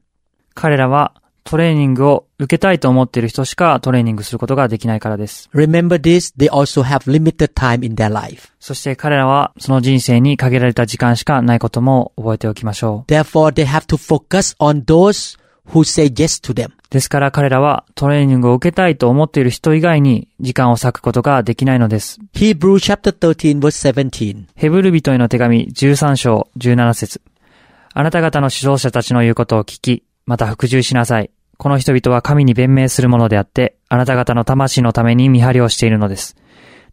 [SPEAKER 3] 彼らは、トレーニングを受けたいと思っている人しかトレーニングすることができないからです。
[SPEAKER 2] Remember this, they also have limited time in their life.
[SPEAKER 3] そして彼らは、その人生に限られた時間しかないことも覚えておきましょう。
[SPEAKER 2] Therefore, they have to focus on those who say yes to them.
[SPEAKER 3] ですから彼らは、トレーニングを受けたいと思っている人以外に、時間を割くことができないのです。
[SPEAKER 2] Hebrews chapter 13 verse 17.
[SPEAKER 3] ヘブル人への手紙13章17節あなた方の指導者たちの言うことを聞き、また服従しなさい。この人々は神に弁明するものであって、あなた方の魂のために見張りをしているのです。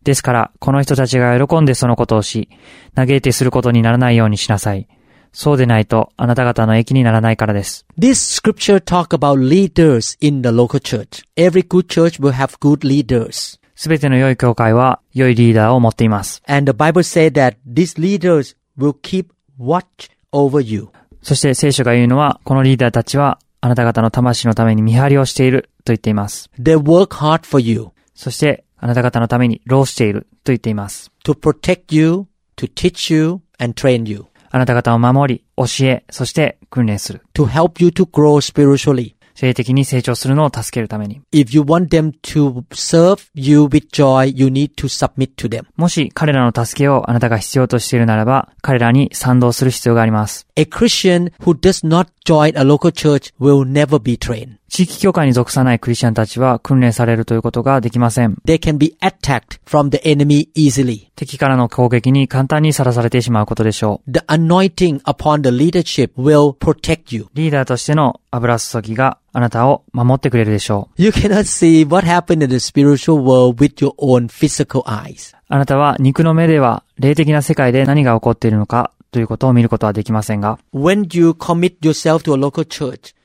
[SPEAKER 3] ですから、この人たちが喜んでそのことをし、嘆いてすることにならないようにしなさい。そうでないと、あなた方の益にならないからです。
[SPEAKER 2] This scripture talk about leaders in the local church. Every good church will have good leaders.
[SPEAKER 3] すべての良い教会は、良いリーダーを持っています。
[SPEAKER 2] And the Bible says that these leaders will keep watch over you.
[SPEAKER 3] そして聖書が言うのは、このリーダーたちは、あなた方の魂のために見張りをしていると言っています。
[SPEAKER 2] They work hard for you
[SPEAKER 3] そして、あなた方のために労していると言っています。
[SPEAKER 2] to protect you, to teach you and train you,
[SPEAKER 3] あなた方を守り、教え、そして訓練する。
[SPEAKER 2] to help you to grow spiritually.
[SPEAKER 3] 性的に成長するのを助けるために。
[SPEAKER 2] If you want them to serve you with joy, you need to submit to them.
[SPEAKER 3] もし彼らの助けをあなたが必要としているならば、彼らに賛同する必要があります。
[SPEAKER 2] A Christian who does not join a local church will never be trained.
[SPEAKER 3] 地域教会に属さないクリスチャンたちは訓練されるということができません。
[SPEAKER 2] They can be attacked from the enemy easily.
[SPEAKER 3] 敵からの攻撃に簡単にさらされてしまうことでしょう。
[SPEAKER 2] The anointing upon the leadership will protect you.
[SPEAKER 3] リーダーとしての油注ぎがあなたを守ってくれるでしょう。
[SPEAKER 2] You cannot see what happened in the spiritual world with your own physical eyes.
[SPEAKER 3] あなたは肉の目では霊的な世界で何が起こっているのかということを見ることはできませんが、
[SPEAKER 2] When you commit yourself to a local church,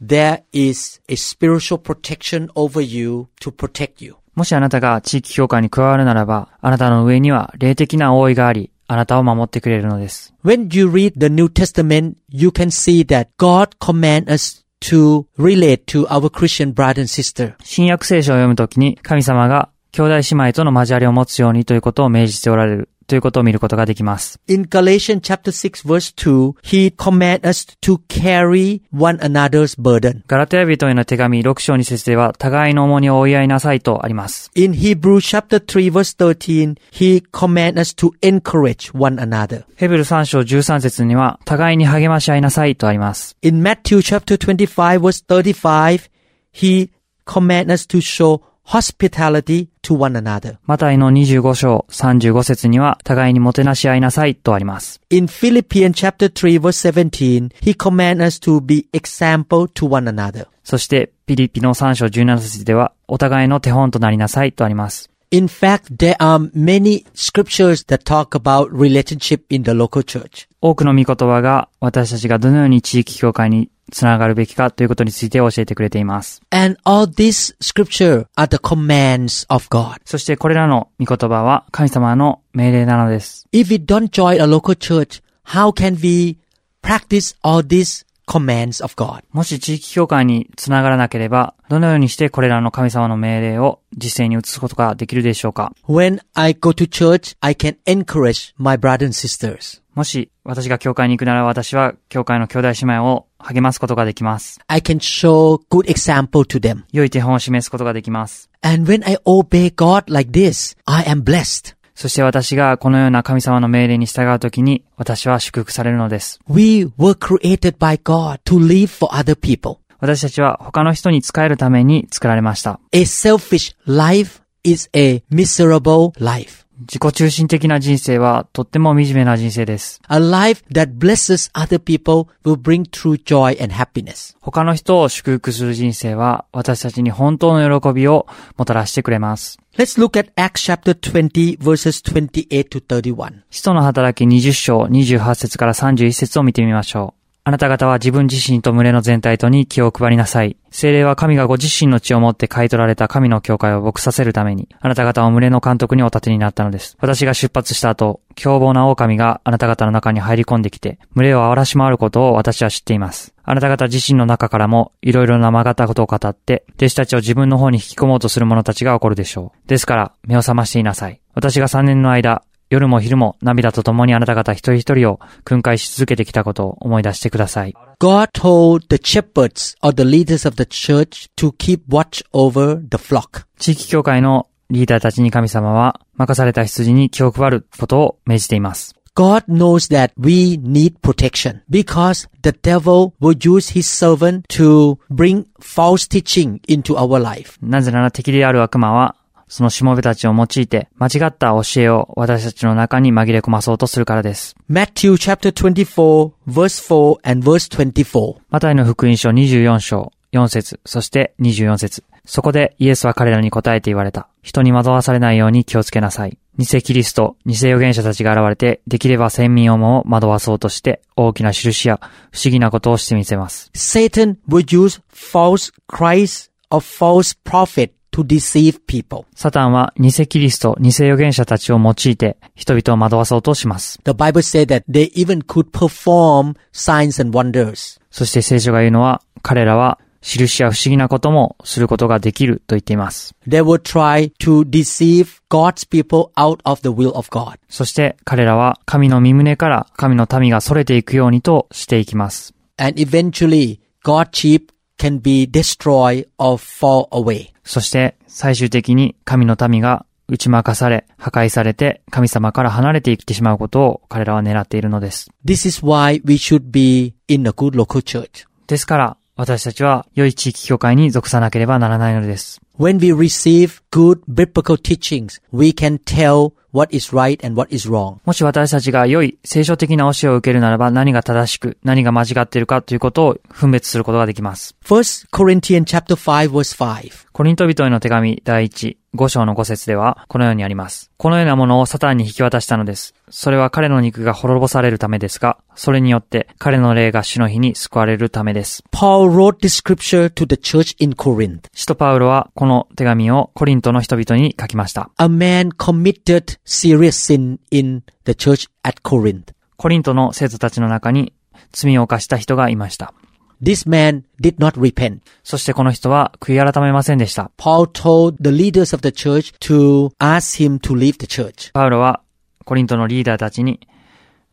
[SPEAKER 2] there is a spiritual protection over you to protect you.
[SPEAKER 3] もしあなたが地域教会に加わるならば、あなたの上には霊的な覆いがあり、あなたを守ってくれるのです。
[SPEAKER 2] When you read the New Testament, you can see that God commands us to relate to our Christian brother and sister.
[SPEAKER 3] 新約聖書を読むときに、神様が兄弟姉妹との交わりを持つようにということを命じておられるということを見ることができます。
[SPEAKER 2] In Galatians chapter 6 verse 2, he commands us to carry one another's burden.
[SPEAKER 3] ガラテヤ人への手紙6章2節では、互いの重荷を追い合いなさいとあります。
[SPEAKER 2] In Hebrews chapter 3 verse 13, he commands us to encourage one another.
[SPEAKER 3] ヘブル3章13節には、互いに励まし合いなさいとあります。
[SPEAKER 2] In Matthew chapter 25 verse 35, he commands us to show hospitality to one another.
[SPEAKER 3] マタイの25章35節には、互いにもてなし合いなさいとあります。
[SPEAKER 2] In Philippians chapter 3 verse 17, he commands us to be example to one another.
[SPEAKER 3] そして、ピリピの3章17節では、お互いの手本となりなさいとあります。
[SPEAKER 2] In fact, there are many scriptures that talk about relationship in the local church.
[SPEAKER 3] 多くの御言葉が私たちがどのように地域教会につながるべきかということについて教えてくれています。
[SPEAKER 2] And all these scripture are the commands of God.
[SPEAKER 3] そしてこれらの御言葉は神様の命令なのです。
[SPEAKER 2] If we don't join a local church, how can we practice all these commands of God?
[SPEAKER 3] もし地域教会につながらなければ、どのようにしてこれらの神様の命令を実践に移すことができるでしょうか
[SPEAKER 2] When I go to church, I can encourage my brothers and sisters.
[SPEAKER 3] もし私が教会に行くなら私は教会の兄弟姉妹を励ますことができます。
[SPEAKER 2] I can show good example to them.
[SPEAKER 3] 良い手本を示すことができます。
[SPEAKER 2] And when I obey God like this, I am blessed.
[SPEAKER 3] そして私がこのような神様の命令に従うときに私は祝福されるのです。
[SPEAKER 2] We were created by God to live for other people.
[SPEAKER 3] 私たちは他の人に仕えるために作られました。
[SPEAKER 2] A selfish life is a miserable life.
[SPEAKER 3] 自己中心的な人生はとっても惨めな人生です。
[SPEAKER 2] A life that blesses other people will bring true joy and happiness.
[SPEAKER 3] 他の人を祝福する人生は私たちに本当の喜びをもたらしてくれます。
[SPEAKER 2] Let's look at Acts chapter 20 verses 28 to 31.
[SPEAKER 3] 使徒の働き20章28節から31節を見てみましょう。あなた方は自分自身と群れの全体とに気を配りなさい。精霊は神がご自身の血を持って買い取られた神の教会を牧させるために、あなた方を群れの監督にお立てになったのです。私が出発した後、凶暴な狼があなた方の中に入り込んできて、群れを荒らし回ることを私は知っています。あなた方自身の中からも、いろいろな曲がったことを語って、弟子たちを自分の方に引き込もうとする者たちが起こるでしょう。ですから、目を覚ましていなさい。私が3年の間、夜も昼も涙と共にあなた方一人一人を訓戒し続けてきたことを思い出してください。
[SPEAKER 2] God told the shepherds or the leaders of the church to keep watch over the flock.
[SPEAKER 3] 地域協会のリーダーたちに神様は任された羊に気を配ることを命じています。
[SPEAKER 2] God knows that we need protection because the devil will use his servant to bring false teaching into our life.
[SPEAKER 3] なぜなら敵である悪魔はそのしもべたちを用いて間違った教えを私たちの中に紛れ込まそうとするからです。
[SPEAKER 2] Matthew chapter 24 verse 4 and verse 24.
[SPEAKER 3] マタイの福音書24章4節そして24節そこでイエスは彼らに答えて言われた。人に惑わされないように気をつけなさい。偽キリスト、偽預言者たちが現れて、できれば先民をも惑わそうとして、大きな印や不思議なことをしてみせます。
[SPEAKER 2] Satan will use false Christ or false prophet to deceive people.
[SPEAKER 3] サタンは偽キリスト、偽預言者たちを用いて、人々を惑わそうとします。
[SPEAKER 2] The Bible said that they even could perform signs and wonders.
[SPEAKER 3] そして聖書が言うのは、彼らは印や不思議なこともすることができると言っています。
[SPEAKER 2] They will try to deceive God's people out of the will of God.
[SPEAKER 3] そして彼らは神の身胸から神の民が逸れていくようにとしていきます。
[SPEAKER 2] And eventually, God's sheep can be destroyed or fall away.
[SPEAKER 3] そして最終的に神の民が打ち負かされ、破壊されて神様から離れていってしまうことを彼らは狙っているのです。
[SPEAKER 2] This is why we should be in a good local church.
[SPEAKER 3] ですから私たちは良い地域教会に属さなければならないのです。
[SPEAKER 2] When we receive good biblical teachings, we can tell what is right and what is wrong.
[SPEAKER 3] もし私たちが良い聖書的な教えを受けるならば何が正しく何が間違っているかということを分別することができます。
[SPEAKER 2] First Corinthians chapter 5 verse 5.
[SPEAKER 3] コリント人への手紙第1、5章の5節では、このようにあります。このようなものをサタンに引き渡したのです。それは彼の肉が滅ぼされるためですが、それによって彼の霊が死の日に救われるためです。
[SPEAKER 2] Paul wrote this scripture to the church in Corinth.
[SPEAKER 3] 使徒パウロはこの手紙をコリントの人々に書きました。
[SPEAKER 2] A man committed serious sin in the church at Corinth.
[SPEAKER 3] コリントの生徒たちの中に罪を犯した人がいました。
[SPEAKER 2] This man did not repent.
[SPEAKER 3] そしてこの人は悔い改めませんでした。
[SPEAKER 2] Paul told the leaders of the church to ask him to leave the church.
[SPEAKER 3] パウロはコリントのリーダーたちに、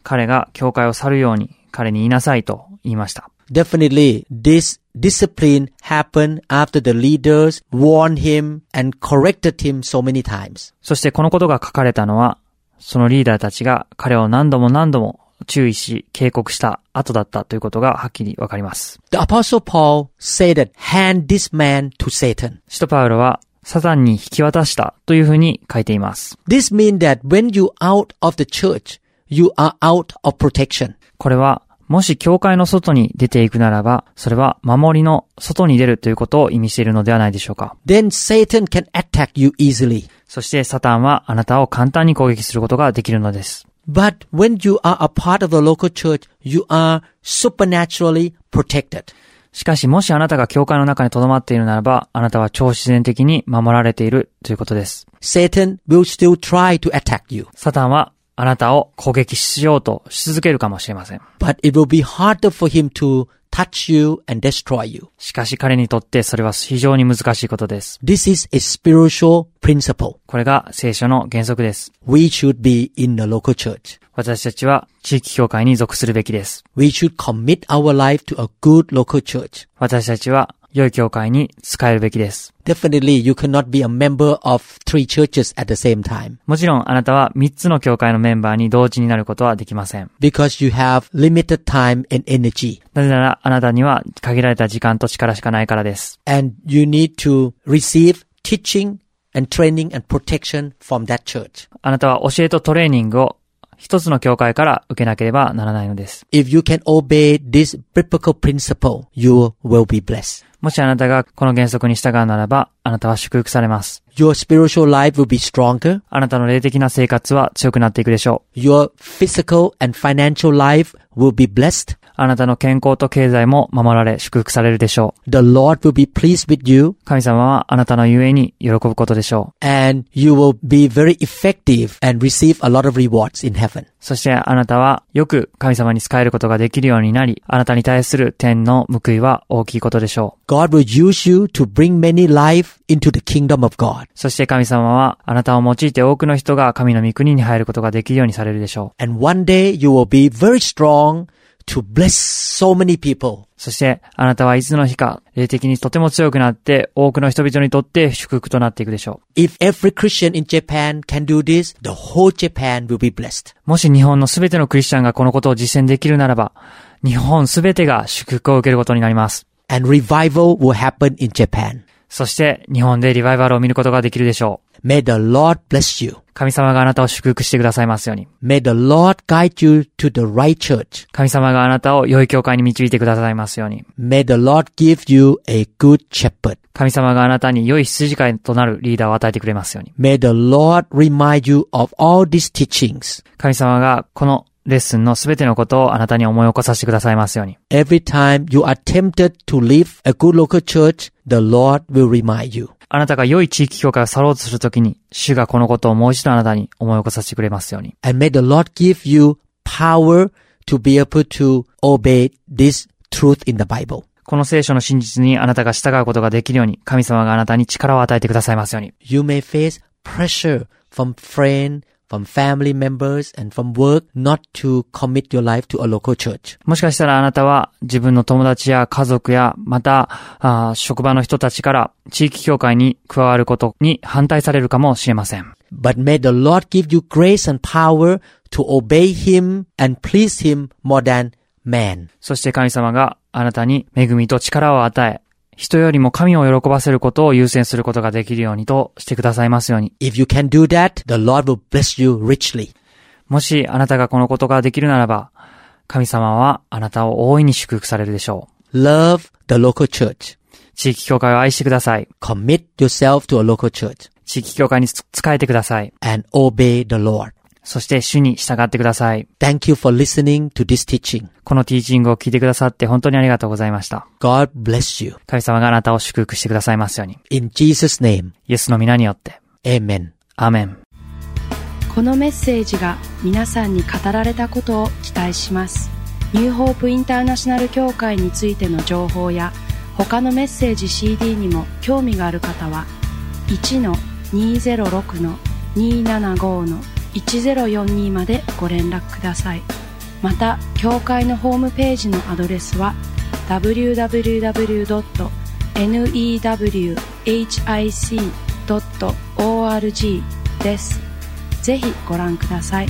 [SPEAKER 3] 彼が教会を去るように彼に言いなさいと言いました。
[SPEAKER 2] Definitely, this discipline happened after the leaders warned him and corrected him so many times.
[SPEAKER 3] そしてこのことが書かれたのは、そのリーダーたちが彼を何度も何度も注意し警告した後だったということがはっきりわかります。
[SPEAKER 2] The apostle Paul said that hand this man to Satan.
[SPEAKER 3] 使徒パウロはサタンに引き渡したというふうに書いています。
[SPEAKER 2] This means that when you out of the church, you are out of protection.
[SPEAKER 3] これはもし教会の外に出ていくならば、それは守りの外に出るということを意味しているのではないでしょうか。
[SPEAKER 2] Then Satan can attack you easily.
[SPEAKER 3] そしてサタンはあなたを簡単に攻撃することができるのです。
[SPEAKER 2] But when you are a part of the local church, you are supernaturally protected.
[SPEAKER 3] しかしもしあなたが教会の中に留まっているならば、あなたは超自然的に守られているということです。
[SPEAKER 2] Satan will still try to attack you,
[SPEAKER 3] サタンはあなたを攻撃しようとし続けるかもしれません。
[SPEAKER 2] but it will be harder for him to touch you and destroy you.
[SPEAKER 3] しかし彼にとってそれは非常に難しいことです。
[SPEAKER 2] This is a spiritual principle.
[SPEAKER 3] これが聖書の原則です。
[SPEAKER 2] We should be in the local church.
[SPEAKER 3] 私たちは地域教会に属するべきです。
[SPEAKER 2] We should commit our life to a good local church.
[SPEAKER 3] 私たちは良い教会に使えるべきです。
[SPEAKER 2] Definitely, you cannot be a member of three churches at the same time
[SPEAKER 3] もちろんあなたは3つの教会のメンバーに同時になることはできません。
[SPEAKER 2] because you have limited time and energy.
[SPEAKER 3] なぜならあなたには限られた時間と力しかないからです。
[SPEAKER 2] And you need to receive teaching and training and protection from that church.
[SPEAKER 3] あなたは教えとトレーニングを一つの教会から受けなければならないのです。
[SPEAKER 2] If you can obey this biblical principle, you will be blessed.
[SPEAKER 3] もしあなたがこの原則に従うならば、あなたは祝福されます。
[SPEAKER 2] Your spiritual life will be stronger.
[SPEAKER 3] あなたの霊的な生活は強くなっていくでしょう。
[SPEAKER 2] Your physical and financial life will be blessed.
[SPEAKER 3] あなたの健康と経済も守られ祝福されるでしょ
[SPEAKER 2] The Lord will be pleased with you
[SPEAKER 3] う。神様はあなたのゆえに喜ぶことでしょう。
[SPEAKER 2] and you will be very effective and receive a lot of rewards in heaven.
[SPEAKER 3] そしてあなたはよく神様に仕えることができるようになり、あなたに対する天の報いは大きいことでしょう。
[SPEAKER 2] God will use you to bring many life into the kingdom of God.
[SPEAKER 3] そして神様はあなたを用いて多くの人が神の御国に入ることができるようにされるでしょう。
[SPEAKER 2] And one day you will be very strong to bless so many people.
[SPEAKER 3] そしてあなたはいつの日か霊的にとても強くなって多くの人々にとって祝福となっていくでしょう。
[SPEAKER 2] If every Christian in Japan can do this, the whole Japan will be blessed.
[SPEAKER 3] もし日本のすべてのクリスチャンがこのことを実践できるならば、日本すべてが祝福を受けることになります。
[SPEAKER 2] And revival will happen in Japan.
[SPEAKER 3] そして日本でリバイバルを見ることができるでしょう。
[SPEAKER 2] May the Lord bless you.
[SPEAKER 3] 神様があなたを祝福してくださいますように。
[SPEAKER 2] May the Lord guide you to the right church.
[SPEAKER 3] 神様があなたを良い教会に導いてくださいますように。
[SPEAKER 2] May the Lord give you a good shepherd.
[SPEAKER 3] 神様があなたに良い羊飼いとなるリーダーを与えてくれますように。
[SPEAKER 2] May the Lord remind you of all these teachings
[SPEAKER 3] 神様がこのレッスンのすべてのことをあなたに思い起こさせてくださいますように。
[SPEAKER 2] Every time you are tempted to leave a good local church, the Lord will remind you.
[SPEAKER 3] あなたが良い地域教会を去ろうとするときに、主がこのことをもう一度あなたに思い起こさせてくれますように。
[SPEAKER 2] And may the Lord give you power to be able to obey this truth in the Bible.
[SPEAKER 3] この聖書の真実にあなたが従うことができるように、神様があなたに力を与えてくださいますように。
[SPEAKER 2] You may face pressure from friends, from family members, and from work not to commit your life to a local church.
[SPEAKER 3] もしかしたらあなたは自分の友達や家族や、また、あー職場の人たちから地域協会に加わることに反対されるかもしれません。
[SPEAKER 2] But may the Lord give you grace and power to obey Him and please Him more than man.
[SPEAKER 3] そして神様があなたに恵みと力を与え、人よりも神を喜ばせることを優先することができるようにとしてくださいますように。
[SPEAKER 2] If you can do that, the Lord will bless you richly.
[SPEAKER 3] もしあなたがこのことができるならば、神様はあなたを大いに祝福されるでしょう。
[SPEAKER 2] Love the local church.
[SPEAKER 3] 地域協会を愛してください。
[SPEAKER 2] Commit yourself to a local church
[SPEAKER 3] 地域協会に仕えてください。
[SPEAKER 2] and obey the Lord.
[SPEAKER 3] そして主に従ってください。
[SPEAKER 2] Thank you for listening to this teaching.
[SPEAKER 3] このティーチングを聞いてくださって本当にありがとうございました。
[SPEAKER 2] God bless you.
[SPEAKER 3] 神様があなたを祝福してくださいますように。
[SPEAKER 2] In Jesus' name,
[SPEAKER 3] イエスの皆によって。
[SPEAKER 2] Amen.
[SPEAKER 3] アーメン。
[SPEAKER 1] このメッセージが皆さんに語られたことを期待しますニューホープインターナショナル協会についての情報や他のメッセージ CD にも興味がある方は1-206-275-1042までご連絡くださいまた協会のホームページのアドレスは www.newhic.org ですぜひご覧ください。